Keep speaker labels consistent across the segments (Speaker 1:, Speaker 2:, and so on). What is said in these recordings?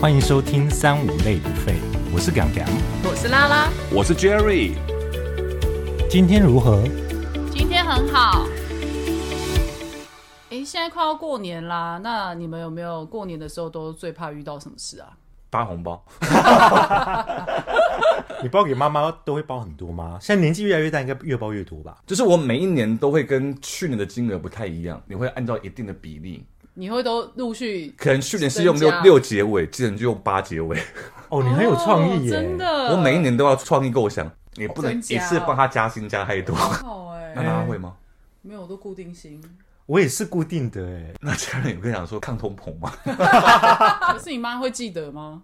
Speaker 1: 欢迎收听三五类不废，我是 Gang Gang。
Speaker 2: 我是拉拉，
Speaker 3: 我是 Jerry，
Speaker 1: 今天如何？
Speaker 2: 今天很好。哎，现在快要过年啦，那你们有没有过年的时候都最怕遇到什么事啊？
Speaker 3: 发红包，
Speaker 1: 你包给妈妈都会包很多吗？现在年纪越来越大，应该越包越多吧？
Speaker 3: 就是我每一年都会跟去年的金额不太一样，你会按照一定的比例，
Speaker 2: 你会都陆续
Speaker 3: 可能去年是用
Speaker 2: 增
Speaker 3: 六
Speaker 2: 加
Speaker 3: 六结尾，今年就用八结尾。
Speaker 1: 哦，你很有创意耶！
Speaker 2: 哦真。的。
Speaker 3: 我每一年都要创意构想，你不能
Speaker 2: 增加
Speaker 3: 一次帮他加薪加太多。
Speaker 2: 好好哎、
Speaker 3: 那大家会吗？
Speaker 2: 没有，我都固定 薪。
Speaker 1: 我也是固定的哎。
Speaker 3: 那家人有跟你讲说抗通膨吗？
Speaker 2: 可是你妈会记得吗？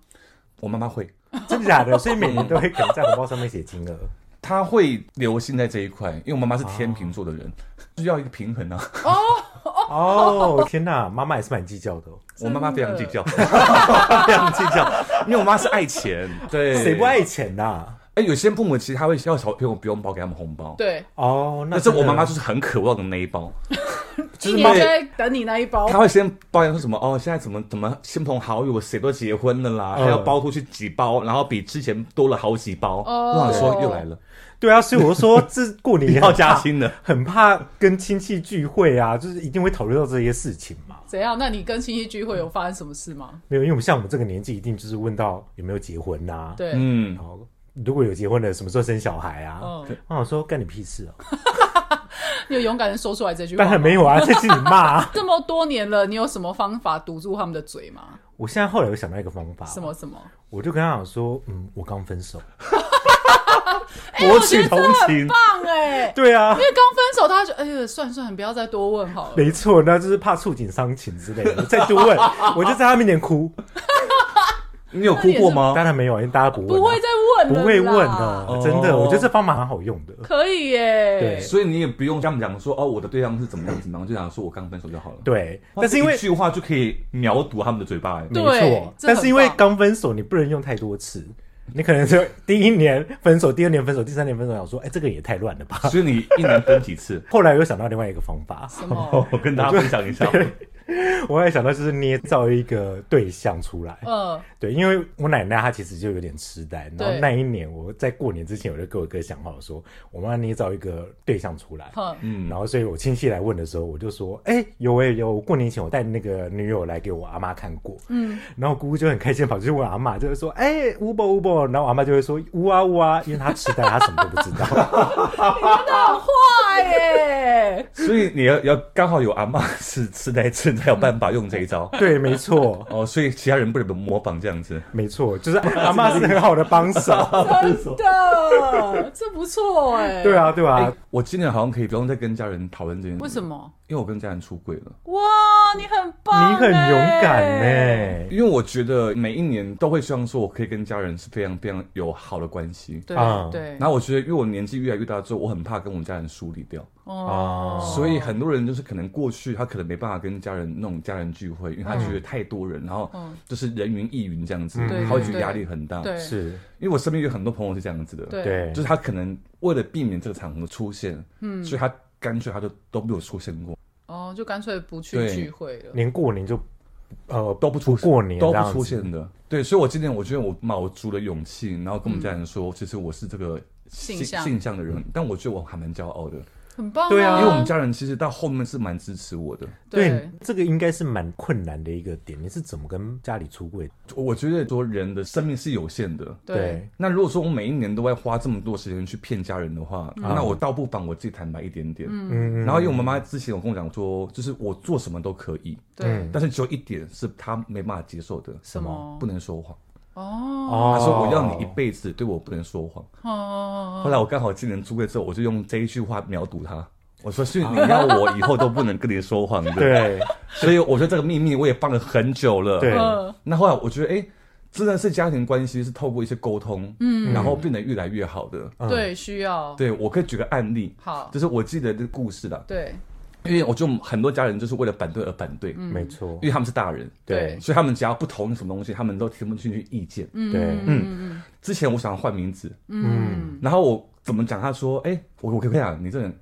Speaker 3: 我妈妈会，
Speaker 1: 真的假的？所以每年都会可能在红包上面写金额。
Speaker 3: 她会留心在这一块，因为我妈妈是天秤座的人，就是要一个平衡啊。
Speaker 1: 哦，天哪，妈妈也是蛮计较的、哦，
Speaker 3: 我妈妈非常
Speaker 2: 真
Speaker 3: 计
Speaker 2: 的
Speaker 3: 较， 非常计较，因为我妈是爱钱，对，
Speaker 1: 谁不？爱钱呐、啊
Speaker 3: 哎，有些父母其实他会要小朋友不用包给他们红包，
Speaker 2: 对，
Speaker 1: 哦，那
Speaker 3: 但是我
Speaker 1: 真的
Speaker 3: 妈妈就是很渴望的那 一包，
Speaker 2: 一
Speaker 1: 是
Speaker 2: 年就在等你那一包。
Speaker 3: 她会先抱怨说什么哦，现在怎么怎么亲朋好友谁都结婚了啦，
Speaker 1: 嗯
Speaker 3: 还要包出去几包，然后比之前多了好几包。
Speaker 2: 哦
Speaker 3: 我想说又来 了，
Speaker 1: 对啊，所以我就说这过年也
Speaker 3: 要加， 薪的。
Speaker 1: 很怕跟亲戚聚会啊，就是一定会讨论到这些事情嘛。
Speaker 2: 怎样？那你跟亲戚聚会有发生什么事吗？
Speaker 1: 没有，因为我们像我们这个年纪，一定就是问到有没有结婚啊呐、
Speaker 2: 对，
Speaker 3: 嗯
Speaker 1: 然，后哦如果有结婚的，什么时候生小孩啊？
Speaker 2: 嗯，
Speaker 1: 我想说干你屁事哦、
Speaker 2: 你有勇敢的说出来这句话
Speaker 1: 当
Speaker 2: 吗。
Speaker 1: 然没有啊，这是你骂、啊。
Speaker 2: 这么多年了，你有什么方法堵住他们的嘴吗？
Speaker 1: 我现在后来有想到一个方法，
Speaker 2: 什么什么？
Speaker 1: 我就跟他讲说，嗯，我刚分手。
Speaker 3: 博取同情
Speaker 2: 很，棒哎、
Speaker 1: 对啊
Speaker 2: 因，为刚分手，他就哎呀，算算，你不要再多问好了。
Speaker 1: 没错，那就是怕触景伤情之类的。我再多 问，我就在他面前哭。
Speaker 3: 你有哭过吗？
Speaker 1: 当然没有，因为大家不问啊、
Speaker 2: 不会再问了，
Speaker 1: 不会问的，
Speaker 3: 哦
Speaker 1: 真的，我觉得这方法蛮好用的。
Speaker 2: 可以耶。
Speaker 1: 对
Speaker 3: 所以你也不用这样讲说哦，我的对象是怎么样怎么样，就想说我刚分手就好了。
Speaker 1: 对，
Speaker 3: 哇，
Speaker 1: 但是因为
Speaker 3: 一句话就可以秒读他们的嘴巴，哎
Speaker 1: 没
Speaker 2: 哦对
Speaker 1: 错，
Speaker 2: 这
Speaker 1: 但
Speaker 2: 很
Speaker 1: 是因为
Speaker 2: 棒
Speaker 1: 刚分手，你不能用太多次，你可能就第一年分手，第二年分手，第三年分手，想说，哎、这个也太乱了吧。？
Speaker 3: 所以你一年分几次
Speaker 1: 后来又想到另外一个方法，
Speaker 2: 什么？
Speaker 3: 我跟大家分享一下，
Speaker 1: 我还想到就是捏造一个对象出来。
Speaker 2: 呃，
Speaker 1: 对，因为我奶奶她其实就有点痴呆，然后
Speaker 2: 对
Speaker 1: 那一年我在过年之前，我就跟我哥想好说，我们要捏造一个对象出来。
Speaker 2: 哼，
Speaker 3: 嗯
Speaker 1: 然后，所以我亲戚来问的时候，我就说：“哎、有哎、有，我过年前我带那个女友来给我阿妈看过，嗯，然后姑姑就很开心，跑去问阿妈，就会说：哎、乌波乌波，然后我阿妈就会说：乌啊乌啊，因为她痴呆，她什么都不知道。
Speaker 2: 真的很坏 耶。
Speaker 3: 所以你要要刚好有阿嬷是痴呆症才有办法用这一招。
Speaker 1: 对，没错，
Speaker 3: 哦，所以其他人不能模仿这样子。
Speaker 1: 没错，就是阿妈是很好的帮手。
Speaker 2: 真的，这不错哎。
Speaker 1: 对，啊，对
Speaker 3: 哎
Speaker 1: 啊，
Speaker 3: 我今年好像可以不用再跟家人讨论这件事。
Speaker 2: 为什？么？
Speaker 3: 因为我跟家人出柜了。
Speaker 2: 哇，你很棒，
Speaker 1: 你很勇敢欸呢、
Speaker 2: 哎。
Speaker 3: 因为我觉得每一年都会希望说，我可以跟家人是非常非常有好的关系。
Speaker 2: 对
Speaker 1: 啊
Speaker 2: 对
Speaker 3: 然，后我觉得，因为我年纪越来越大之后，我很怕跟我家人疏离掉，
Speaker 1: 哦
Speaker 3: 所以很多人就是可能过去他可能没办法跟家人那种家人聚会，因为他觉得太多人，然后
Speaker 2: 嗯
Speaker 3: 就是人云亦云这样子，
Speaker 2: 对
Speaker 3: 他会觉得
Speaker 2: 嗯对
Speaker 3: 压力很大。
Speaker 2: 对
Speaker 1: 是，
Speaker 3: 因为我身边有很多朋友是这样子的，
Speaker 2: 对
Speaker 1: 对，
Speaker 3: 就是他可能为了避免这个场合出现，嗯，所以他干脆他就都没有出现过，
Speaker 2: 哦，就干脆不去
Speaker 3: 对
Speaker 2: 聚会了。
Speaker 1: 连过年就呃
Speaker 3: 都不出
Speaker 1: 过年
Speaker 3: 都
Speaker 1: 这样
Speaker 3: 不
Speaker 1: 子
Speaker 3: 出现的。对，所以我今年我觉得我卯足了勇气，然后跟我们家人说，其实我是这个
Speaker 2: 性
Speaker 3: 性
Speaker 2: 向嗯
Speaker 3: 性向的人，但我觉得我还蛮骄傲的，
Speaker 2: 很棒
Speaker 1: 对啊
Speaker 3: 因为我们家人其实到后面是蛮支持我的。
Speaker 2: 对，
Speaker 1: 这个应该是蛮困难的一个点。你是怎么跟家里出柜？
Speaker 3: 我觉得说人的生命是有限的。
Speaker 2: 对，
Speaker 3: 那如果说我每一年都会花这么多时间去骗家人的话，那我倒不妨我自己坦白一点点。
Speaker 1: 嗯，
Speaker 3: 然后因为我妈妈之前有跟我讲说，就是我做什么都可以，
Speaker 2: 对，
Speaker 1: 嗯
Speaker 3: 但是只有一点是她没办法接受的，
Speaker 2: 什么
Speaker 3: 不能说谎。
Speaker 2: 哦，
Speaker 1: 哦
Speaker 3: 她说我要你一辈子对我不能说谎。
Speaker 2: 哦，
Speaker 3: 后来我刚好今年出柜之后，我就用这一句话秒读她。我说是你要我以后都不能跟你说谎 的，
Speaker 1: 对
Speaker 3: 所以我觉得这个秘密我也放了很久了。
Speaker 1: 对
Speaker 2: 嗯
Speaker 3: 那后来我觉得，哎、真的是家庭关系是透过一些沟通，嗯，然后变得越来越好的。
Speaker 2: 对，需要，
Speaker 3: 对，我可以举个案例，
Speaker 2: 好，
Speaker 3: 就是我记得这个故事啦，
Speaker 2: 对，
Speaker 3: 因为我就很多家人就是为了反对而反对，
Speaker 1: 没错
Speaker 3: 因，为他们是大人，
Speaker 1: 对
Speaker 3: 所以他们只要不同意什么东西，他们都听不进去意见。
Speaker 1: 对，
Speaker 3: 之前我想换名字，
Speaker 2: 嗯，
Speaker 3: 然后我怎么讲，他说，哎、我我跟你讲，你这人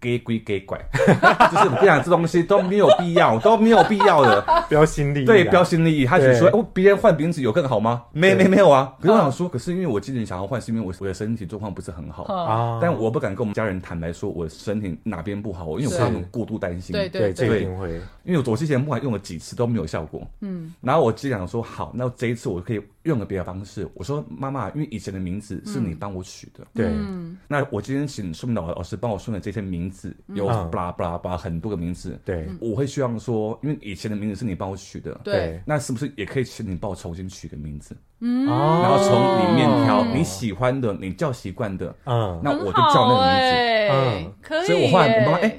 Speaker 3: 给鬼给拐， 就是我跟你讲，这东西都没有必要，都没有必要 的。
Speaker 1: 标新立异啊，
Speaker 3: 对，标新立异，他只说，
Speaker 1: 对
Speaker 3: 哦，别人换名字有更好吗？没
Speaker 1: 对
Speaker 3: 没没有啊。可是我想说，可是因为我今年想要换，是因为我我的身体状况不是很好，
Speaker 2: 嗯
Speaker 1: 啊，
Speaker 3: 但我不敢跟我们家人坦白说我身体哪边不好，因为我怕他们过度担心。
Speaker 2: 对
Speaker 1: 对，这
Speaker 3: 对
Speaker 1: 一定会
Speaker 3: 因为我之前不管用了几次都没有效果，嗯，然后我就想说，好，那这一次我可以用个别的方式。我说妈妈，因为以前的名字是你帮我取的，
Speaker 1: 对
Speaker 2: 嗯
Speaker 3: 那我今天请孙老老师帮我送的这些名字，有
Speaker 1: 嗯
Speaker 3: 巴拉巴拉巴拉很多个名字，
Speaker 1: 对
Speaker 3: 我会希望说，因为以前的名字是你帮我取的，
Speaker 2: 对，
Speaker 3: 那是不是也可以请你帮我重新取个名字，然
Speaker 1: 然
Speaker 3: 后从里面挑你喜欢的、你叫习惯的，
Speaker 1: 嗯
Speaker 3: 那
Speaker 2: 很
Speaker 3: 我就叫那
Speaker 2: 好
Speaker 3: 个名字。
Speaker 2: 欸
Speaker 1: 嗯
Speaker 2: 可以耶。
Speaker 3: 所以我后来我妈妈哎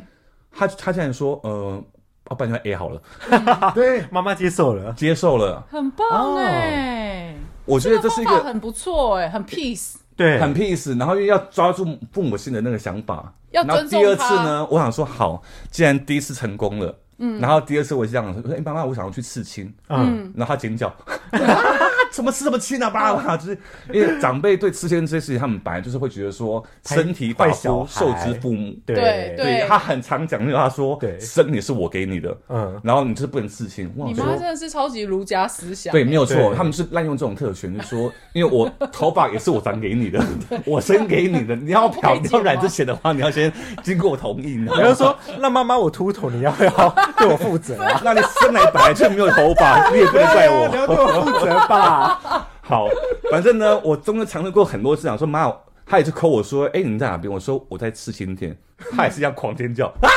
Speaker 3: 他他竟然说，呃，啊，不然就 A 好了，对，
Speaker 1: 妈妈接受了，
Speaker 3: 接受了。
Speaker 2: 很棒哎，
Speaker 3: 哦我觉得这是一
Speaker 2: 方法
Speaker 3: 个
Speaker 2: 很不错哎，很 peace。
Speaker 1: 对，
Speaker 3: 很 peace，然后又要抓住父母亲的那个想法。
Speaker 2: 要
Speaker 3: 然后
Speaker 2: 尊重
Speaker 3: 第二次呢，我想说好，既然第一次成功了，嗯，然后第二次我就这样说，哎、妈妈，我想要去刺青，
Speaker 1: 嗯
Speaker 3: 然后他尖叫，啊，怎么刺 什么青啊，巴拉巴拉，就是因为长辈对刺青这些事情，他们本来就是会觉得说身体发
Speaker 1: 坏小
Speaker 3: 肤
Speaker 1: 孩
Speaker 3: 受之父母。
Speaker 2: 对对
Speaker 3: 对他很常讲那个，他说
Speaker 1: 对
Speaker 3: 身体是我给你的，
Speaker 1: 嗯
Speaker 3: 然后你就是不能刺青。我
Speaker 2: 你
Speaker 3: 想
Speaker 2: 妈
Speaker 3: 说
Speaker 2: 真。的是超级儒家思想，
Speaker 3: 对，没有错，
Speaker 1: 对
Speaker 3: 他们是滥用这种特权，就说，因为我头发也是我长给你 的，我生给 你的，你要漂，
Speaker 2: 不可以
Speaker 3: 你
Speaker 2: 剪
Speaker 3: 要染
Speaker 2: 吗
Speaker 3: 这些的话，你要先经过我同意，然
Speaker 1: 我就说，那妈妈我秃头，你要 不要对我负责啊？
Speaker 3: 那你生来本来就没有头发，你也不能怪
Speaker 1: 对啊你要
Speaker 3: 我。
Speaker 1: 对我负责吧？
Speaker 3: 好，反正呢，我中间尝试过很多次，想说妈，他也是扣我说，哎、你在哪边？我说我在刺 青店，他也是一样狂尖叫啊！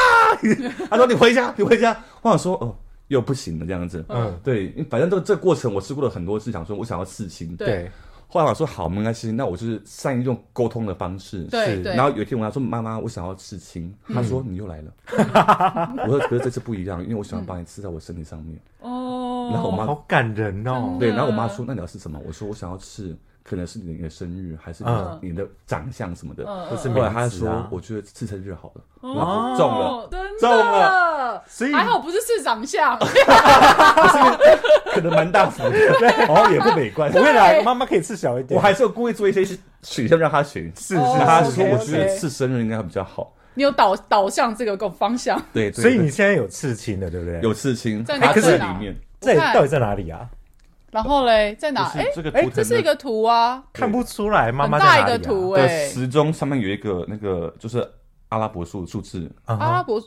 Speaker 3: 他说你回家，你回家。我想说，哦，又不行了这样子。
Speaker 1: 嗯，
Speaker 3: 对，反正这个这个过程我试过了很多次，想说我想要刺青，
Speaker 2: 哎对
Speaker 1: 对，
Speaker 3: 后来我说好，没关系，那我就是善于用沟通的方式。
Speaker 2: 对
Speaker 1: 是
Speaker 2: 对，
Speaker 3: 然后有一天我跟他说：“妈妈，我想要刺青。”他说：“你又来了。”
Speaker 2: 嗯
Speaker 3: 我说：“可是这次不一样，因为我想要把你刺在我身体上面。
Speaker 2: 哦，
Speaker 3: 然后我妈
Speaker 1: 好感人
Speaker 2: 嗯
Speaker 1: 哦。
Speaker 3: 对，然后我妈说：“那你要刺什么？”我说：“我想要刺，可能是你的生育，还是你的你的长相什么的。
Speaker 2: 嗯
Speaker 1: 不是”
Speaker 3: 后来她
Speaker 1: 名字
Speaker 3: 说
Speaker 1: 啊：“，
Speaker 3: 我觉得刺生日好了。”然后中了，
Speaker 2: 哦，真的
Speaker 3: 中了，
Speaker 1: 所以
Speaker 2: 还好不是市长 像，
Speaker 3: 可能蛮大幅的，好像也不美观
Speaker 1: 哦不。会啦，妈妈可以吃小一点。
Speaker 3: 我还是有故意做一些取向让她选。
Speaker 1: 是
Speaker 2: 哦
Speaker 3: 然后她说：“我
Speaker 2: OK，OK
Speaker 3: 觉得刺生日应该比较好。
Speaker 2: 你有导导向这个个方向，”
Speaker 3: 对，对
Speaker 1: 所以
Speaker 3: 对
Speaker 1: 你现在有刺青了，对不对？
Speaker 3: 有刺青，
Speaker 2: 在
Speaker 3: 它
Speaker 2: 哪
Speaker 3: 在
Speaker 2: 在哪
Speaker 3: 里面。
Speaker 1: 在
Speaker 2: 我看
Speaker 1: 到底在哪里啊？
Speaker 2: 然后嘞在哪？哎
Speaker 3: 这个
Speaker 1: 哎
Speaker 3: 图腾
Speaker 2: 这是一
Speaker 3: 的
Speaker 2: 个图啊，
Speaker 1: 看不出来，妈
Speaker 2: 很
Speaker 1: 妈在
Speaker 2: 大一
Speaker 1: 哪里
Speaker 2: 个
Speaker 1: 啊？
Speaker 2: 图
Speaker 3: 的
Speaker 2: 哎，
Speaker 3: 时钟上面有一个那个就是阿拉伯数数字，
Speaker 1: 啊
Speaker 2: 阿拉
Speaker 1: 哈，
Speaker 2: 伯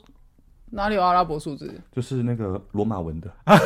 Speaker 2: 哪里有阿拉伯数字？
Speaker 3: 就是那个罗马文的。
Speaker 2: 哦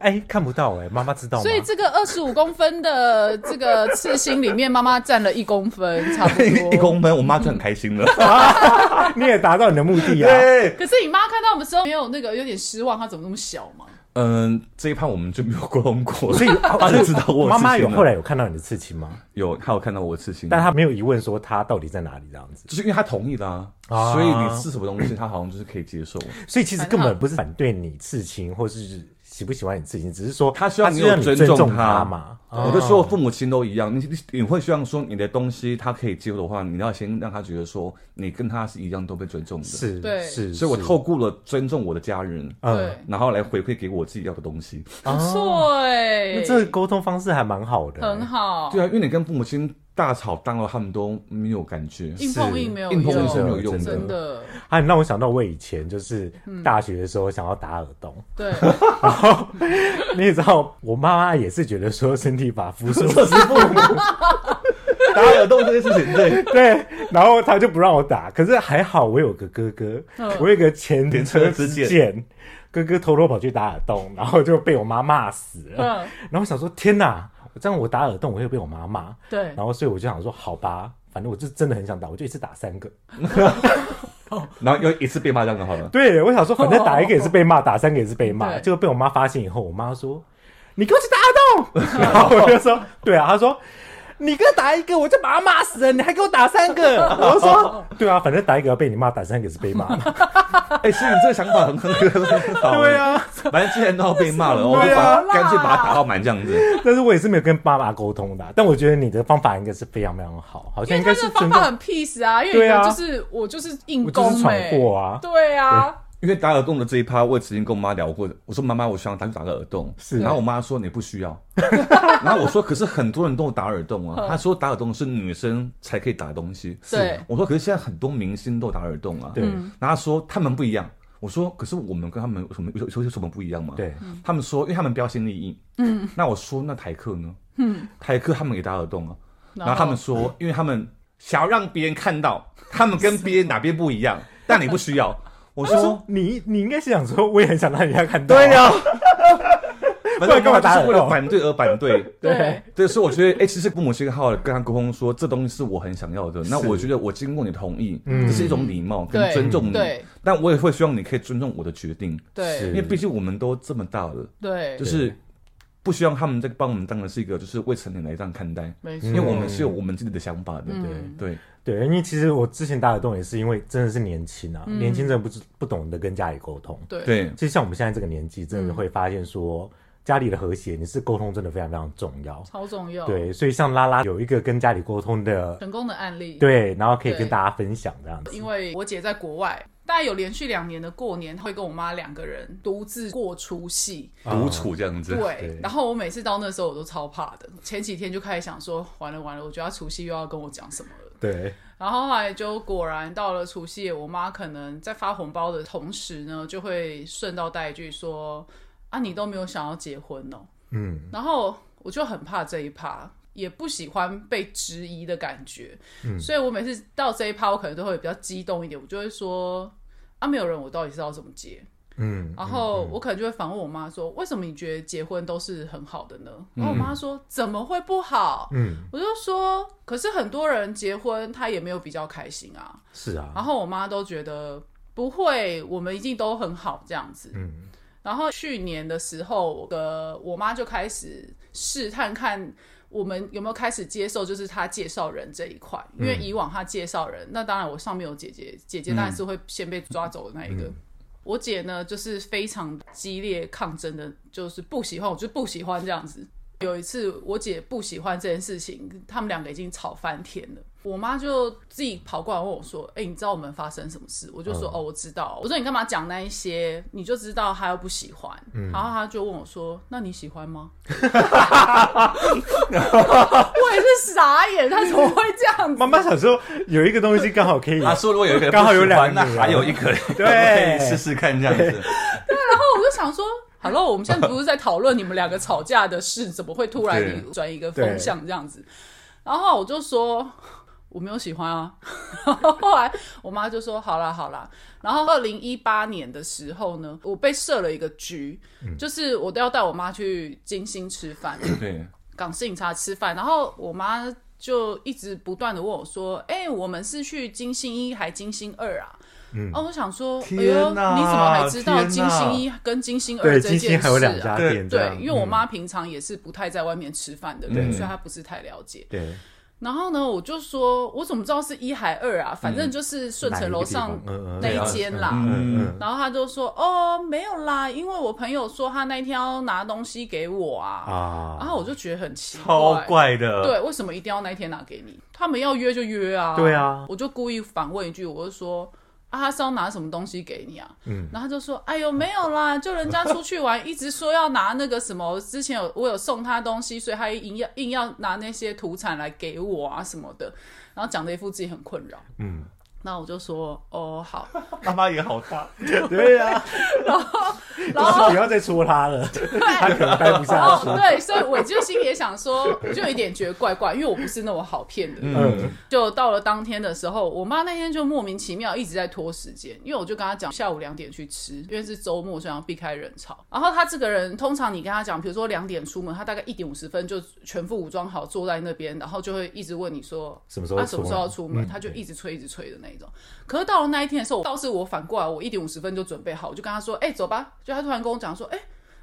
Speaker 1: 哎，看不到哎，妈妈知道吗
Speaker 2: 所？以这个二十五公分的这个刺心里面，妈妈占了一公分，差不多
Speaker 3: 一公分，我妈就很开心了。
Speaker 2: 哦
Speaker 1: 你也达到你的目的啊。
Speaker 3: 对，
Speaker 2: 可是你妈看到我们时候没有那个有点失望，她怎么那么小嘛？
Speaker 3: 嗯，这一趴我们就没有沟通过，
Speaker 1: 所以哦
Speaker 3: 她就知道我有
Speaker 1: 妈妈
Speaker 3: 刺青
Speaker 1: 有
Speaker 3: 了
Speaker 1: 后来有看到你的刺青吗？
Speaker 3: 有，她有看到我的刺青，
Speaker 1: 但她没有疑问说她到底在哪里这样子，
Speaker 3: 就是因为她同意啦，
Speaker 1: 啊
Speaker 3: 所以你刺什么东西，她好像就是可以接受。
Speaker 1: 所以其实根本不是反对你刺青，或是喜不喜欢你刺青，只是说
Speaker 3: 她希望
Speaker 1: 她
Speaker 3: 你
Speaker 1: 是让
Speaker 3: 有
Speaker 1: 你
Speaker 3: 尊
Speaker 1: 尊重
Speaker 3: 她
Speaker 1: 嘛。
Speaker 3: 我就说父母亲都一样，你你你会希望说你的东西她可以接受的话，你要先让她觉得说你跟她是一样都被尊重的。，
Speaker 1: 是，
Speaker 2: 对
Speaker 1: 是，嗯
Speaker 3: 所以我
Speaker 1: 是
Speaker 3: 透过了尊重我的家人，
Speaker 2: 对，
Speaker 3: 然后来回馈给我自己要的东西。
Speaker 1: 哦
Speaker 2: 不错哎、
Speaker 1: 那这个沟通方式还蛮好的，欸
Speaker 2: 很。好，
Speaker 3: 对啊，因为你跟父母亲大吵大闹，他们都没有感觉，
Speaker 2: 硬碰硬没有
Speaker 3: 硬碰硬
Speaker 2: 用
Speaker 3: 是没有用
Speaker 1: 真
Speaker 2: 真的，嗯
Speaker 1: 啊，你让我想到我以前就是大学的时候想要打耳洞，
Speaker 2: 对，
Speaker 1: 你也知道，我妈妈也是觉得说身体发肤受之父母，
Speaker 3: 打耳洞这件事情，对，
Speaker 1: 对，然后她就不让我打。可是还好我有个哥哥，
Speaker 2: 嗯
Speaker 1: 我有个前
Speaker 3: 前车之鉴
Speaker 1: 鉴，哥哥偷偷跑去打耳洞，然后就被我妈骂死了。
Speaker 2: 嗯，
Speaker 1: 然后我想说，天哪，这样我打耳洞我会被我妈骂。
Speaker 2: 对
Speaker 1: 然，后所以我就想说，好吧，反正我就真的很想打，我就一次打三个。
Speaker 3: 然后又一次被骂这样就好了。
Speaker 1: 对，我想说，反哦正打一个也是被骂，打三个也是被骂，
Speaker 2: 对
Speaker 1: 结果被我妈发现以后，我妈说：“你给我去打 耳洞。”然后我就说：“对啊。”她说：“你给我打一个，我就把他骂死了，你还给我打三个。” 我就说：“对啊，反正打一个要被你骂，打三个也是被骂。
Speaker 3: 哎，其实你这个想法很很很很”好，
Speaker 1: 对，啊，
Speaker 3: 反正之前都要被骂了，
Speaker 1: 什
Speaker 3: 我
Speaker 1: 么
Speaker 3: 就把
Speaker 2: 对啊
Speaker 3: 干脆把他打到满这样子。
Speaker 1: 但是我也是没有跟爸妈沟通的啊、但我觉得你的方法应该是非常非常好，好
Speaker 2: 因
Speaker 1: 像
Speaker 2: 为
Speaker 1: 应
Speaker 2: 他
Speaker 1: 该
Speaker 2: 这
Speaker 1: 是
Speaker 2: 个方
Speaker 1: 尊
Speaker 2: 法
Speaker 1: 重。
Speaker 2: 很 peace 啊，因为
Speaker 1: 对
Speaker 2: 你
Speaker 1: 啊
Speaker 2: 就是我就是硬
Speaker 1: 我就是
Speaker 2: 攻
Speaker 1: 闯
Speaker 2: 哎、
Speaker 1: 祸啊
Speaker 2: 对啊，
Speaker 3: 因为打耳洞的这一趴，我也曾经跟我妈聊过。我说：“妈妈，我想打去打个耳洞。”
Speaker 1: 是
Speaker 3: 然后我妈说：“你不需要。” 然后我说：“可是很多人都有打耳洞啊。”她说：“打耳洞是女生才可以打的东西。”
Speaker 2: 对
Speaker 3: 我说：“可是现在很多明星都有打耳洞啊。”
Speaker 1: 对
Speaker 3: 然后她说：“他们不一样。”我说：“可是我们跟他们有什么有有有什么不一样吗？”。
Speaker 1: 对，
Speaker 3: 他们说，因为他们标新立异。嗯。那我说，那台客呢？嗯。台客他们也打耳洞啊。然后他们
Speaker 1: 嗯
Speaker 3: 说，因为他们想要让别人看到他们跟别人哪边不 一样，但你不需要。我
Speaker 1: 我说
Speaker 3: 说，
Speaker 1: 你你应该是想说，我也很想让人家看到，
Speaker 3: 对呀、反
Speaker 1: 不然
Speaker 3: 正
Speaker 1: 干嘛打耳
Speaker 3: 就是为了
Speaker 1: 洞
Speaker 3: 反对而 反对。
Speaker 2: 对，
Speaker 3: 对，所以我觉得，哎、其实父母是一个好好的跟他沟通说，这东西是我很想要的。那
Speaker 1: 是
Speaker 3: 我觉得我经过你的同意，
Speaker 1: 嗯
Speaker 3: 这是一种礼貌跟
Speaker 2: 对
Speaker 3: 尊重你。
Speaker 2: 对
Speaker 3: 但我也会希望你可以尊重我的决定，因
Speaker 2: 对
Speaker 1: 是
Speaker 3: 为毕竟我们都这么大了。
Speaker 2: 对
Speaker 3: 就
Speaker 1: 对
Speaker 3: 是不希望他们在帮我们当的是一个就是未成年来这样看待，
Speaker 2: 没错，
Speaker 3: 因为我们是有我们自己的想法的，
Speaker 2: 嗯
Speaker 3: 对对
Speaker 1: 对，因为其实我之前打耳洞也是因为真的是年轻
Speaker 2: 嗯
Speaker 1: 啊，年轻真的不知不懂得跟家里沟通。
Speaker 2: 对
Speaker 3: 对
Speaker 1: 其实像我们现在这个年纪，
Speaker 2: 嗯
Speaker 1: 真的会发现说，家里的和谐你是沟通真的非常非常重要。
Speaker 2: 超重要，
Speaker 1: 对，所以像拉拉有一个跟家里沟通的，
Speaker 2: 成功的案例，
Speaker 1: 对，然后可以跟
Speaker 2: 对
Speaker 1: 大家分享这样子。
Speaker 2: 因为我姐在国外，大概有连续两年的过年，她会跟我妈两个人独自过除夕。
Speaker 3: 独处这样子，
Speaker 2: 对
Speaker 1: 对，
Speaker 2: 然后我每次到那时候我都超怕的，前几天就开始想说，完了完了，我觉得她除夕又要跟我讲什么了。
Speaker 1: 对，
Speaker 2: 然后后来就果然到了除夕夜，我妈可能在发红包的同时呢，就会顺道带一句说：“啊，你都没有想要结婚哦。”
Speaker 1: 嗯，
Speaker 2: 然后我就很怕这一趴，也不喜欢被质疑的感觉，
Speaker 1: 嗯
Speaker 2: 所以我每次到这一趴，我可能都会比较激动一点，我就会说：“啊，没有人，我到底是要怎么结？”
Speaker 1: 嗯，
Speaker 2: 然后我可能就会反问我妈说：“为什么你觉得结婚都是很好的呢？”然后我妈说：“怎么会不好？”
Speaker 1: 嗯，
Speaker 2: 我就说：“可是很多人结婚他也没有比较开心啊。
Speaker 1: 是”啊，
Speaker 2: 然后我妈都觉得不会，我们一定都很好这样子。
Speaker 1: 嗯，
Speaker 2: 然后去年的时候，我的我妈就开始试探看我们有没有开始接受，就是她介绍人这一块，因为以往她介绍人，那当然我上面有姐姐，姐姐当然是会先被抓走的那一个。我姐呢，就是非常激烈抗争的，就是不喜欢，我就不喜欢这样子。有一次，我姐不喜欢这件事情，他们两个已经吵翻天了。我妈就自己跑过来问我说：“哎、你知道我们发生什么事？”我就说：“哦，我知道。”我说：“你干嘛讲那一些？你就知道她又不喜欢。然后她就问我说：“那你喜欢吗？”我也是傻眼，她怎么会这样子？
Speaker 1: 妈妈想说有一个东西刚好可以，
Speaker 3: 他啊说如果有一个人
Speaker 1: 刚好有
Speaker 3: 不喜欢
Speaker 1: 两个女
Speaker 3: 那
Speaker 1: 儿
Speaker 3: 还有一个人
Speaker 1: 对
Speaker 3: 可以试试看这样 子，
Speaker 2: 然后我就想 说，Hello，我们现在不是在讨论你们两个吵架的事，怎么会突然
Speaker 3: 对
Speaker 2: 你转一个风向这样子？然后我就说我没有喜欢啊。 然后后来我妈就说好啦好啦。然后二零一八年的时候呢，我被设了一个局，
Speaker 3: 嗯
Speaker 2: 就是我都要带我妈去金星吃饭。
Speaker 3: 对
Speaker 2: 港式饮茶吃饭，然后我妈就一直不断的问我说：“哎、我们是去金星一还金星二啊？”嗯，哦，我想说，哎呦，你
Speaker 3: 天
Speaker 2: 怎
Speaker 3: 哪
Speaker 2: 么还知道
Speaker 3: 天哪
Speaker 2: 金星一跟金星二
Speaker 1: 对，
Speaker 2: 这
Speaker 1: 金星
Speaker 2: 件
Speaker 1: 还
Speaker 2: 事
Speaker 1: 有两
Speaker 2: 啊？
Speaker 1: 家
Speaker 3: 对
Speaker 1: 店这
Speaker 2: 对
Speaker 1: 样，，嗯
Speaker 2: 因为我妈平常也是不太在外面吃饭的人，
Speaker 3: 嗯
Speaker 2: 所以她不是太了解。
Speaker 1: 对
Speaker 2: 然后呢，我就说，我怎么知道是一还二啊？反正就是顺城楼上
Speaker 1: 嗯哪一个地方嗯嗯对
Speaker 2: 那一
Speaker 1: 啊
Speaker 2: 间啦。
Speaker 1: 嗯
Speaker 2: 然后他就说：“哦，没有啦，因为我朋友说他那一天要拿东西给我啊。
Speaker 1: 啊
Speaker 2: 然后我就觉得很奇怪，
Speaker 3: 超怪的，
Speaker 2: 对，为什么一定要那一天拿给你？他们要约就约啊。
Speaker 1: 对啊
Speaker 2: 我就故意反问一句，我就说。啊，他是要拿什么东西给你啊？
Speaker 1: 嗯
Speaker 2: 然后他就说，哎呦，没有啦，就人家出去玩，一直说要拿那个什么，之前有我有送他东西，所以他硬要硬要拿那些土产来给我啊什么的，然后讲的一副自己很困扰。
Speaker 1: 嗯，
Speaker 2: 那我就说，哦，好，
Speaker 3: 妈妈也好大，
Speaker 1: 对呀，
Speaker 2: 然
Speaker 1: 就
Speaker 2: 后
Speaker 1: 是不要再戳他 了，他可能待不下去
Speaker 2: 哦，。对，所以我就心里也想说，我就有一点觉得怪怪，因为我不是那种好骗的人。
Speaker 3: 嗯，
Speaker 2: 就到了当天的时候，我妈那天就莫名其妙一直在拖时间，因为我就跟她讲下午两点去吃，因为是周末，所以要避开人潮。然后她这个人，通常你跟她讲，比如说两点出门，她大概一点五十分就全副武装好坐在那边，然后就会一直问你说
Speaker 1: 什么时候
Speaker 2: 啊、什么时候要出门，
Speaker 1: 出门
Speaker 2: 她就一直催一直催的那一种。可是到了那一天的时候，倒是我反过来，我一点五十分就准备好，我就跟她说，哎、走吧。就她突然跟我讲说，哎、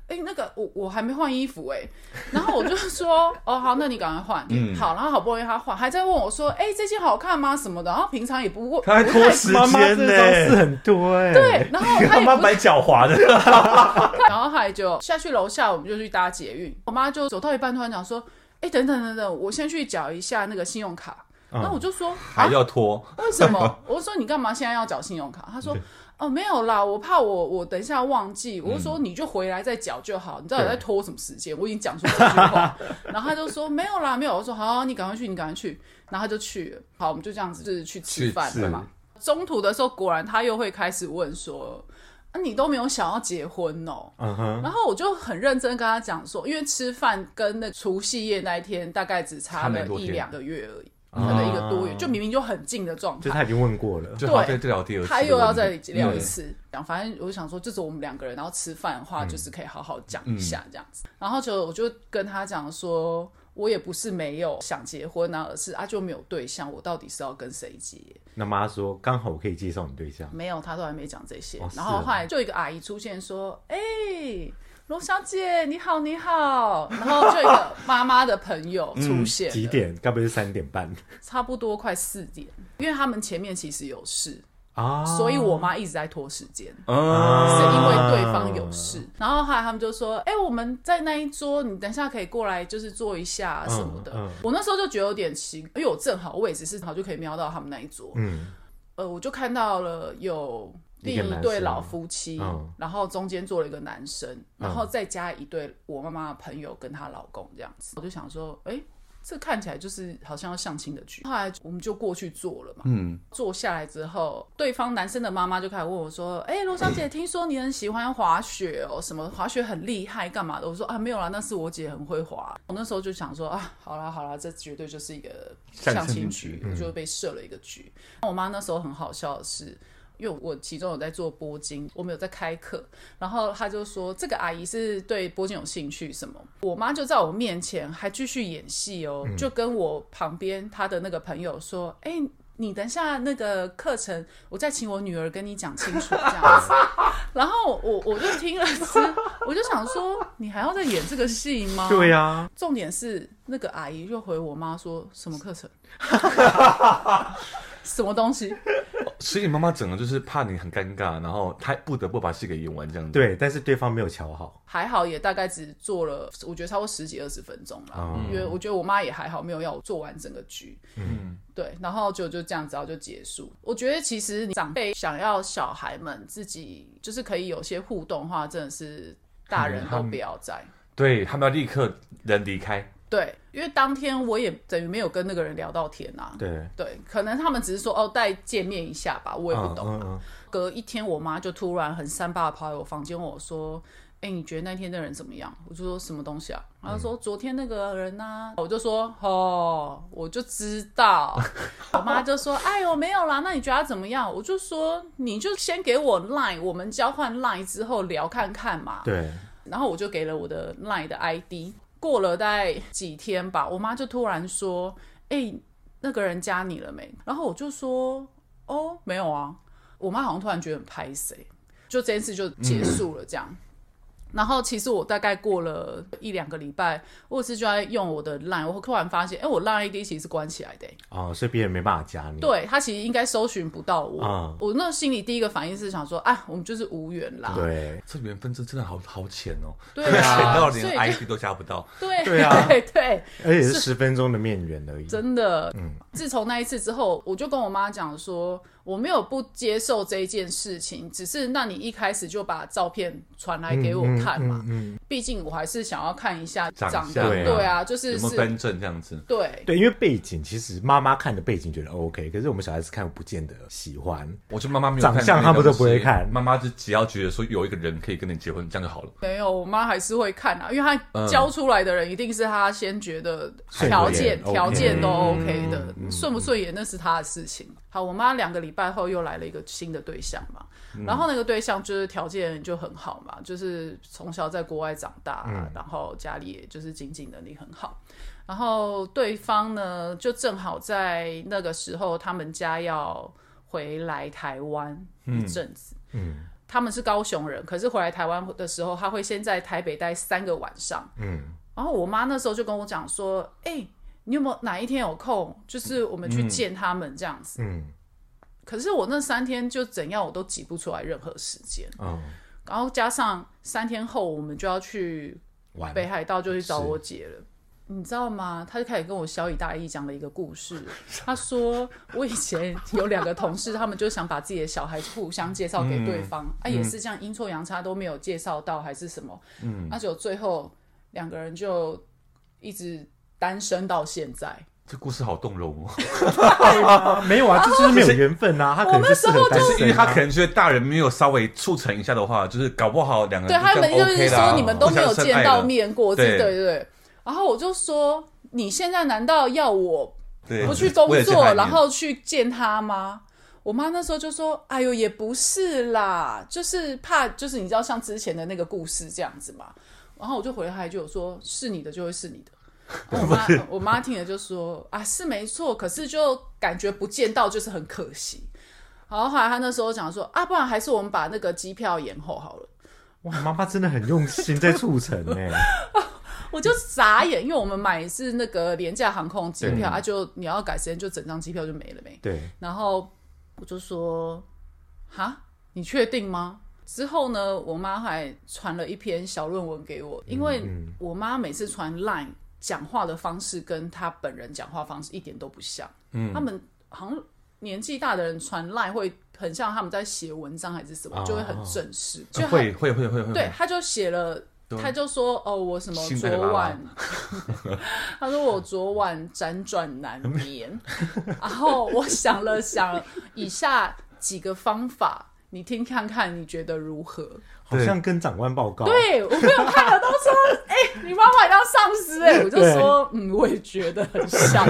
Speaker 2: 哎、那个我我还没换衣服哎、然后我就说，哦好，那你赶快换。
Speaker 3: 嗯
Speaker 2: 好，然后好不容易他换，还在问我说，哎、这件好看吗什么的。然后平常也不问，
Speaker 3: 他还拖时
Speaker 1: 妈妈
Speaker 3: 间
Speaker 1: 这招事
Speaker 3: 呢，
Speaker 1: 很多哎，
Speaker 2: 对，然 后他
Speaker 3: 妈
Speaker 2: 也
Speaker 3: 妈
Speaker 2: 不
Speaker 3: 蛮狡猾的，
Speaker 2: 然后后来就下去楼下，我们就去搭捷运。我妈就走到一半，突然讲说：“哎，等等等等，我先去缴一下那个信用卡。然后我就说：“
Speaker 3: 嗯还
Speaker 2: 啊，
Speaker 3: 要拖，
Speaker 2: 为什么？”我说：“你干嘛现在要缴信用卡？”她说：“哦，没有啦，我怕我我等一下忘记，我就说你就回来再缴就好，你到底在拖我什么时间？我已经讲出这句话， 然后他就说没有啦，没有。我说好，啊你赶快去，你赶快去，然后他就去了。好，我们就这样子就是去吃
Speaker 3: 去
Speaker 2: 饭
Speaker 3: 吃
Speaker 2: 了嘛。中途的时候，果然他又会开始问说。啊，你都没有想要结婚哦、
Speaker 1: 嗯哼，
Speaker 2: 然后我就很认真跟他讲说，因为吃饭跟那除夕夜那一天大概只差
Speaker 3: 差没
Speaker 2: 了
Speaker 3: 多
Speaker 2: 一
Speaker 3: 天
Speaker 2: 两个月而已，可能一个多月，就明明就很近的状
Speaker 1: 就是
Speaker 2: 态。
Speaker 1: 他已经问过了，
Speaker 3: 就
Speaker 2: 对
Speaker 3: 好再聊第二次，
Speaker 2: 他又要再
Speaker 1: 嗯
Speaker 2: 聊一。次，讲、反正我就想说，就是我们两个人，然后吃饭的话，
Speaker 1: 嗯
Speaker 2: 就是可以好好讲一下这样子。然后就我就跟他讲说，我也不是没有想结婚啊，而是啊就没有对象，我到底是要跟谁结？
Speaker 1: 那妈说刚好我可以介绍你对象，
Speaker 2: 没有，他都还没讲这些。
Speaker 1: 哦
Speaker 2: 然后
Speaker 1: 是哦
Speaker 2: 后来就有一个阿姨出现说：“哎、罗小姐，你好，你好。”然后就有一个妈妈的朋友
Speaker 1: 嗯
Speaker 2: 出现、
Speaker 1: 几？点？该不会是三点半
Speaker 2: 差不多快四点，因为他们前面其实有事，
Speaker 1: 啊？
Speaker 2: 所以我妈一直在拖时间。
Speaker 3: 嗯，
Speaker 2: 是因为对方有事，
Speaker 1: 啊
Speaker 2: 然后后来他们就说：“哎、我们在那一桌，你等一下可以过来，就是坐一下什么的。
Speaker 1: 嗯嗯
Speaker 2: 我那时候就觉得有点奇，因为我正好位置是好，就可以瞄到他们那一桌。
Speaker 1: 嗯，
Speaker 2: 呃，我就看到了有第
Speaker 1: 一个男
Speaker 2: 对
Speaker 1: 生
Speaker 2: 老夫妻，
Speaker 1: 嗯
Speaker 2: 然后中间坐了一个男生，然后再加一对我妈妈的朋友跟她老公这样子。我就想说，哎、这看起来就是好像要相亲的局。后来我们就过去坐了嘛，
Speaker 3: 嗯，
Speaker 2: 坐下来之后，对方男生的妈妈就开始问我说：“哎、罗小姐，听说你很喜欢滑雪哦，什么滑雪很厉害，干嘛的？”我说：“啊，没有啦，那是我姐很会滑。”我那时候就想说：“啊，好啦好啦，这绝对就是一个相亲局，我就被设了一个局。我妈那时候很好笑的是。因为我其中有在做拨筋，我们有在开课，然后她就说这个阿姨是对拨筋有兴趣什么，我妈就在我面前还继续演戏哦，
Speaker 1: 嗯
Speaker 2: 就跟我旁边她的那个朋友说，哎、你等一下那个课程，我再请我女儿跟你讲清楚这样 子。然后我我就听了之，我就想说，你还要再演这个戏吗？
Speaker 1: 对呀，
Speaker 2: 重点是那个阿姨又回我妈说什么 课程，什么东西？
Speaker 3: 所以你妈妈整个就是怕你很尴尬，然后她不得不把戏给演完这样子。，
Speaker 1: 对，但是对方没有瞧好，
Speaker 2: 还好也大概只做了，我觉得超过十几二十分钟啦。因为我觉得我妈也还好，没有要我做完整个局。
Speaker 3: 嗯，
Speaker 2: 对，然后就就这样子，然后就结束。我觉得其实长辈想要小孩们自己就是可以有些互动的话，真的是大人都不要在。
Speaker 3: 对他们要立刻人离开，
Speaker 2: 对，因为当天我也等于没有跟那个人聊到天啊。
Speaker 1: 对，
Speaker 2: 对，可能他们只是说哦，再见面一下吧，我也不懂。
Speaker 1: 嗯嗯，
Speaker 2: 隔一天，我妈就突然很三八地跑来我房间问我说：“哎、你觉得那天的人怎么样？”我就说什么东西啊？然后她说、昨天那个人呐、我就说哦，我就知道。我妈就说：“哎呦，没有啦，那你觉得他怎么样？”我就说：“你就先给我 line，我们交换 line 之后聊看看嘛。”
Speaker 1: 对，
Speaker 2: 然后我就给了我的 LINE 的 ID。过了大概几天吧，我妈就突然说：“哎、那个人加你了没？”然后我就说：“哦，没有啊。”我妈好像突然觉得很拍谁，就这件事就结束了这样。然后其实我大概过了一两个礼拜，我有一次就在用我的 LINE，我突然发现，哎、我 LINE ID 其实是关起来的、欸
Speaker 1: 哦，所以别人没办法加你，
Speaker 2: 对他其实应该搜寻不到我。
Speaker 1: 嗯
Speaker 2: 我那心里第一个反应是想说，哎，我们就是无缘啦。
Speaker 1: 对，
Speaker 3: 这缘分真真的好好浅哦，
Speaker 2: 对
Speaker 3: 浅
Speaker 2: 啊
Speaker 3: 到
Speaker 2: 所
Speaker 3: 连
Speaker 2: 以就
Speaker 3: ID 都加不到。
Speaker 2: 对
Speaker 1: 对啊
Speaker 2: 对对
Speaker 1: 而且是十分钟的面缘而已，
Speaker 2: 真的，
Speaker 1: 嗯
Speaker 2: 自从那一次之后，我就跟我妈讲说，我没有不接受这一件事情，只是那你一开始就把照片传来给我看嘛，
Speaker 1: 嗯，嗯嗯
Speaker 2: 毕竟我还是想要看一下
Speaker 3: 长
Speaker 2: 长
Speaker 3: 相
Speaker 2: 得，
Speaker 1: 对啊
Speaker 2: 对啊，就是
Speaker 3: 有没有
Speaker 2: 是，
Speaker 3: 分正这样子？
Speaker 2: 对，
Speaker 1: 对，因为背景其实妈妈看的背景觉得 OK，可是我们小孩子看不见得喜欢，
Speaker 3: 我觉得妈妈没有
Speaker 1: 长
Speaker 3: 看
Speaker 1: 相
Speaker 3: 那
Speaker 1: 他们都
Speaker 3: 东
Speaker 1: 不会
Speaker 3: 西
Speaker 1: 看
Speaker 3: 妈妈就只要觉得说有一个人可以跟你结婚，这样就好了。
Speaker 2: 没有，我妈还是会看啊，因为她教出来的人一定是她先觉得
Speaker 1: 顺
Speaker 2: 条
Speaker 1: 眼
Speaker 2: 件
Speaker 1: OK
Speaker 2: 条件都 OK 的，顺不顺眼那是她的事情。好，我妈两个礼拜后又来了一个新的对象嘛，然后那个对象就是条件就很好嘛，就是从小在国外长大啊、然后家里也就是经济能力很好。然后对方呢，就正好在那个时候，他们家要回来台湾一阵子，他们是高雄人，可是回来台湾的时候，他会先在台北待三个晚上。嗯，然后我妈那时候就跟我讲说：“哎、你有没有哪一天有空，就是我们去见他们这样子？”
Speaker 1: 嗯
Speaker 2: 可是我那三天就怎样，我都挤不出来任何时间。
Speaker 1: 嗯，
Speaker 2: 然后加上三天后我们就要去
Speaker 1: 玩
Speaker 2: 北海道，就去找
Speaker 1: 是
Speaker 2: 我姐了。你知道吗？他就开始跟我小以大义讲了一个故事。他说，我以前有两个同事，他们就想把自己的小孩互相介绍给对
Speaker 3: 嗯
Speaker 2: 方，啊，也是这样阴错阳差都没有介绍到，还是什么，嗯，那就最后两个人就一直单身到现在。
Speaker 3: 这故事好动 容哦，
Speaker 1: 啊没有啊，这就是没有缘分啊，他可能就适合单
Speaker 3: 因
Speaker 1: 身
Speaker 3: 为
Speaker 1: 啊。
Speaker 3: 他可能觉得大人没有稍微促成一下的话，就是搞不好两个
Speaker 2: 对
Speaker 3: 人
Speaker 2: 他
Speaker 3: 就
Speaker 2: 们
Speaker 3: 更
Speaker 2: 就是
Speaker 3: OK 啦
Speaker 2: 说你们都没有见到，面过，对
Speaker 3: 对
Speaker 2: 对对。然后我就说，你现在难道要我
Speaker 3: 互相深爱了对，
Speaker 2: 不去工
Speaker 3: 为了见他一
Speaker 2: 作，
Speaker 3: 面
Speaker 2: 然后去见他吗？我妈那时候就说：“哎呦，也不是啦，就是怕，就是你知道像之前的那个故事这样子嘛。”然后我就回她一句：“我说是你的就会是你的。”然后我妈我妈听了就说：“啊，是没错，可是就感觉不见到就是很可惜。”然后后来她那时候讲说：“啊，不然还是我们把那个机票延后好了。”
Speaker 1: 哇，妈妈真的很用心在促成欸呢、
Speaker 2: 我就傻眼，因为我们买是那个廉价航空机
Speaker 1: 对
Speaker 2: 票，啊，就你要改时间，就整张机票就没了没。
Speaker 1: 对，
Speaker 2: 然后我就说：“哈，你确定吗？”之后呢，我妈还传了一篇小论文给我，因为我妈每次传 Line 讲话的方式跟她本人讲话方式一点都不像。嗯，他们好像年纪大的人传 Line 会很像他们在写文章还是什么，就会很正式，
Speaker 1: 啊
Speaker 2: 就很
Speaker 3: 会会会会会，
Speaker 2: 对，他就写了，他就说哦，我什么
Speaker 3: 性
Speaker 2: 昨
Speaker 3: 爱的拉
Speaker 2: 晚， 他说我昨晚辗转难 眠，然后我想了想以下几个方法，你听看看，你觉得如何？
Speaker 1: 好像跟长官报告。
Speaker 2: 对我没有看了，都说哎、你妈妈也当上司哎、我就说嗯，我也觉得很像。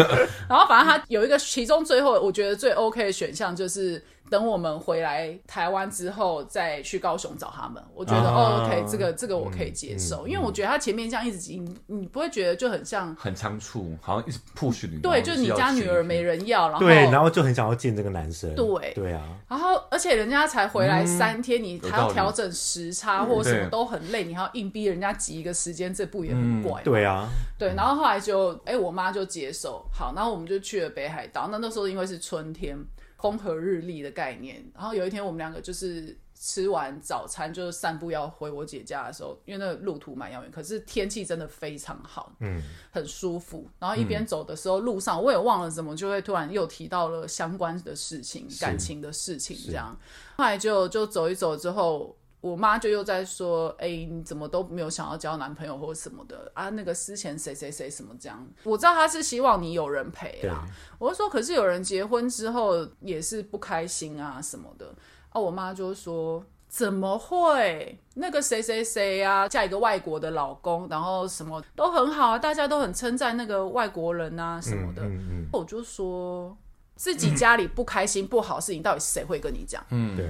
Speaker 2: 然后反正他有一个，其中最后我觉得最 OK 的选项就是等我们回来台湾之后再去高雄找他们。我觉得、
Speaker 3: 啊
Speaker 2: 哦 OK，这个这个我可以接受，因为我觉得他前面这样一直挤，你你不会觉得就很像
Speaker 3: 很仓促，好像一直 push 你，
Speaker 2: 对，就是你家女儿没
Speaker 3: 人，
Speaker 2: 人要，然后
Speaker 1: 对，然后就很想要见这个男生。
Speaker 2: 对
Speaker 1: 对啊，
Speaker 2: 然后，而且人家才回来三天，你还
Speaker 3: 有道
Speaker 2: 要
Speaker 3: 理
Speaker 2: 调整时差或什么
Speaker 3: 对
Speaker 2: 都很累，你还要硬逼人家挤一个时间，这不也很怪吗？
Speaker 1: 对啊，
Speaker 2: 对，然后后来就，哎、我妈就接受，好，然后我们就去了北海道。那那时候因为是春天，风和日丽的概念。然后有一天我们两个就是吃完早餐，就是散步要回我姐家的时候，因为那个路途蛮遥远，可是天气真的非常好，嗯，很舒服。然后一边走的时候，路上我也忘了怎么，就会突然又提到了相关的事情、感情的事情这样。后来就就走一走之后，我妈就又在说：“哎、你怎么都没有想要交男朋友或什么的啊？那个之前谁谁谁什么这样？我知道她是希望你有人陪啦。我就说，可是有人结婚之后也是不开心啊什么的。啊，我妈就说。”怎么会？那个谁谁谁啊，嫁一个外国的老公，然后什么都很好啊，大家都很称赞那个外国人啊什么的。
Speaker 1: 嗯
Speaker 2: 我就说自己家里不开心、不好的事情，到底谁会跟你讲？
Speaker 1: 嗯，对，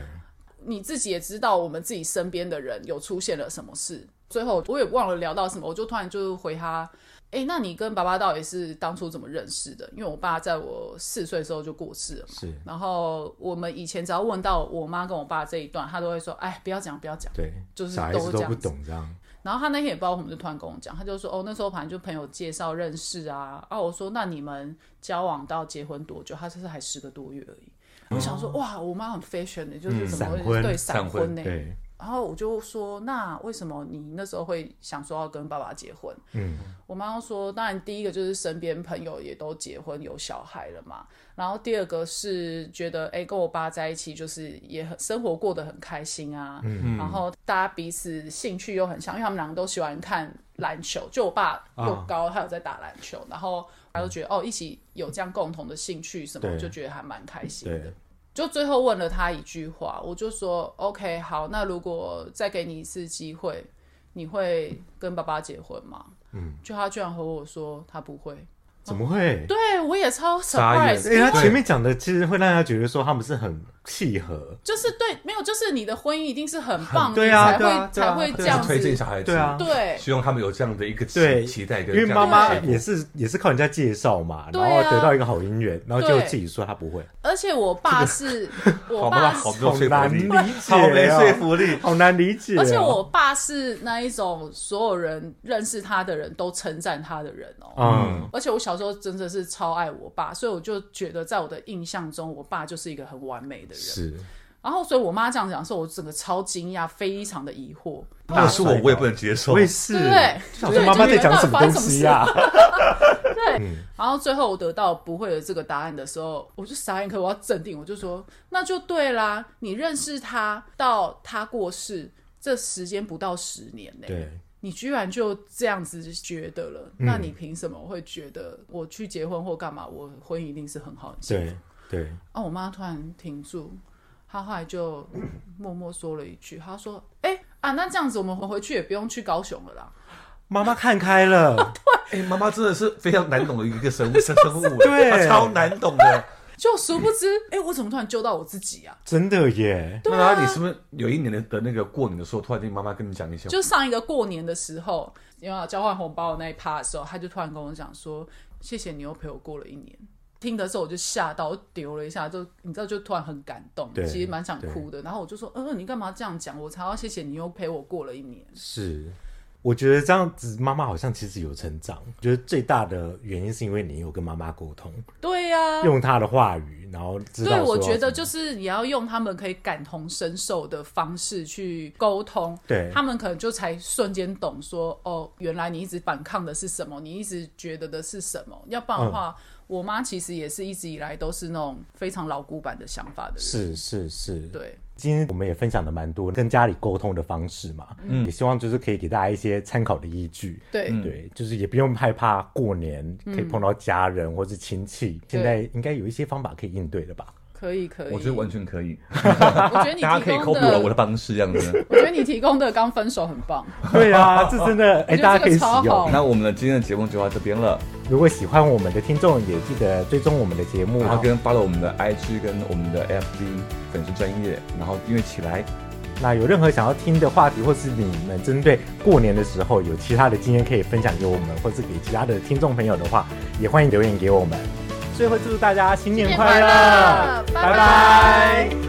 Speaker 2: 你自己也知道，我们自己身边的人有出现了什么事。最后我也忘了聊到什么，我就突然就回他：“哎、那你跟爸爸到底是当初怎么认识的？”因为我爸在我四岁的时候就过世了嘛。
Speaker 1: 是，
Speaker 2: 然后我们以前只要问到我妈跟我爸这一段，他都会说：“哎，不要讲，不要讲。”
Speaker 1: 对，
Speaker 2: 就是
Speaker 1: 小孩
Speaker 2: 都
Speaker 1: 子
Speaker 2: 是
Speaker 1: 都
Speaker 2: 这样
Speaker 1: 不
Speaker 2: 子
Speaker 1: 懂这样。
Speaker 2: 然后他那天也不知道，我们就突然跟我讲，他就说：“哦，那时候反正就朋友介绍认识啊。”啊，我说：“那你们交往到结婚多久？”他这是还十个多月而已。我想说，哇，我妈很 fashion 的，就是怎么
Speaker 1: 闪婚
Speaker 2: 会对
Speaker 3: 闪
Speaker 2: 闪
Speaker 3: 婚
Speaker 2: 婚呢？
Speaker 1: 对，
Speaker 2: 然后我就说，那为什么你那时候会想说要跟爸爸结婚？
Speaker 1: 嗯，
Speaker 2: 我妈就说，当然第一个就是身边朋友也都结婚有小孩了嘛，然后第二个是觉得，哎，跟我爸在一起就是也很生活过得很开心啊，嗯、然后大家彼此兴趣又很像，因为他们两个都喜欢看篮球，就我爸又高，他有在打篮球，然后他就觉得、哦，一起有这样共同的兴趣什么，
Speaker 1: 对
Speaker 2: 就觉得还蛮开心的
Speaker 1: 对。，
Speaker 2: 就最后问了他一句话，我就说 OK，好，那如果再给你一次机会，你会跟爸爸结婚吗？嗯，就他居然和我说他不会，
Speaker 1: 怎么会？
Speaker 2: 对我也超
Speaker 3: 傻眼
Speaker 2: surprise，
Speaker 1: 哎、他
Speaker 3: 对
Speaker 1: 前面讲的其实会让他觉得说他们是很契合，
Speaker 2: 就是对，没有，就是你的婚姻一定是很棒，
Speaker 1: 对啊
Speaker 2: 你才会、
Speaker 1: 对啊对啊
Speaker 2: 才会这
Speaker 1: 对啊
Speaker 2: 样
Speaker 3: 推荐
Speaker 2: 子，
Speaker 3: 小孩子，
Speaker 1: 对啊
Speaker 2: 对。
Speaker 3: 希望他们有这样的一个
Speaker 1: 对
Speaker 3: 期期待
Speaker 1: 因
Speaker 3: 跟
Speaker 1: 为
Speaker 3: 这
Speaker 1: 妈
Speaker 3: 样的
Speaker 1: 妈
Speaker 3: 结果
Speaker 1: 也是也是靠人家介绍嘛，
Speaker 2: 对
Speaker 1: 然
Speaker 2: 啊
Speaker 1: 后得到一个好姻缘，然后就
Speaker 2: 对
Speaker 1: 自己说他不会，
Speaker 2: 而且我爸是，我
Speaker 3: 好妈妈
Speaker 2: 爸
Speaker 3: 好
Speaker 2: 是，
Speaker 3: 没有
Speaker 1: 好
Speaker 3: 说服
Speaker 1: 难理
Speaker 3: 力
Speaker 1: 解、，哦，
Speaker 3: 好没说服力，
Speaker 1: 好难理解哦、
Speaker 2: 而且我爸是那一种所有人认识他的人都称赞他的人哦。
Speaker 1: 嗯，
Speaker 2: 而且我小时候真的是超爱我爸，所以我就觉得在我的印象中，我爸就是一个很完美的人。
Speaker 1: 是
Speaker 2: 然后所以我妈这样讲的时候，我整个超惊讶，非常的疑惑。
Speaker 3: 那是我，我也不能接受
Speaker 1: 我。也是，
Speaker 2: 对不对
Speaker 1: 就想说妈妈在讲什么东西呀、啊？
Speaker 2: 对，然后最后我得到不会的这个答案的时候，我就傻眼，可我要镇定，我就说那就对啦，你认识他到他过世，这时间不到十年呢、
Speaker 1: 对，嗯
Speaker 2: 你居然就这样子觉得了，那你凭什么会觉得我去结婚或干嘛，我婚姻一定是很好很幸福
Speaker 1: 对，对，
Speaker 2: 啊，我妈突然停住，她后来就默默说了一句，她说：“哎、啊，那这样子我们回去也不用去高雄了啦。
Speaker 1: 妈妈看开 了，
Speaker 3: 哎，妈妈真的是非常难懂的一个生物，生 生物，啊
Speaker 1: 对
Speaker 3: 她超难懂的。”
Speaker 2: 就殊不知，哎、我怎么突然揪到我自己啊？啊
Speaker 1: 真的耶！
Speaker 3: 那然后你是不是有一年的的那个过年的时候，突然间妈妈跟你讲一些？
Speaker 2: 就上一个过年的时候，因为交换红包的那一趴的时候，她就突然跟我讲说：“谢谢你又陪我过了一年。”听的时候我就吓到，我丢了一下，就你知道，就突然很感动，
Speaker 1: 对
Speaker 2: 其实蛮想哭的。然后我就说：“嗯、你干嘛这样讲？我才要谢谢你又陪我过了一年。”
Speaker 1: 是，我觉得这样子，妈妈好像其实有成长。我觉得最大的原因是因为你有跟妈妈沟通，
Speaker 2: 对啊呀、
Speaker 1: 用她的话语，然后知道
Speaker 2: 嗯
Speaker 1: 说。
Speaker 2: 对，我觉得就是也要用他们可以感同身受的方式去沟通，
Speaker 1: 对
Speaker 2: 他们可能就才瞬间懂说，哦，原来你一直反抗的是什么，你一直觉得的是什么。要不然的话，
Speaker 1: 嗯
Speaker 2: 我妈其实也是一直以来都是那种非常老古板的想法的人，
Speaker 1: 是是是，
Speaker 2: 对，
Speaker 1: 今天我们也分享的蛮多跟家里沟通的方式嘛，嗯，也希望就是可以给大家一些参考的依据。
Speaker 2: 对，
Speaker 3: 嗯
Speaker 1: 对，就是也不用害怕过年可以碰到家人或是亲戚，现在应该有一些方法可以应对的吧？
Speaker 2: 可以可以。
Speaker 3: 我觉得完全可以，
Speaker 2: 我觉 得你
Speaker 3: 大家可以
Speaker 2: 提
Speaker 3: copy
Speaker 2: 供
Speaker 3: 我的我
Speaker 2: 的，
Speaker 3: 的方式这样子。
Speaker 2: 我觉得你提供的刚分手很棒，
Speaker 1: 对 啊，这真的，哎、
Speaker 2: 我觉得
Speaker 1: 大家可以
Speaker 2: 这
Speaker 1: 使
Speaker 2: 个超
Speaker 1: 用
Speaker 2: 好。
Speaker 3: 那我们的今天的节目就到这边了，
Speaker 1: 如果喜欢我们的听众，也记得追踪我们的节目。
Speaker 3: 然后跟 follow 我们的 IG 跟我们的 FB 粉丝专业，然后订阅起来。
Speaker 1: 那有任何想要听的话题，或是你们针对过年的时候有其他的经验可以分享给我们，或是给其他的听众朋友的话，也欢迎留言给我们。最后祝大家新年快乐，
Speaker 2: 新年快乐拜拜
Speaker 1: 拜拜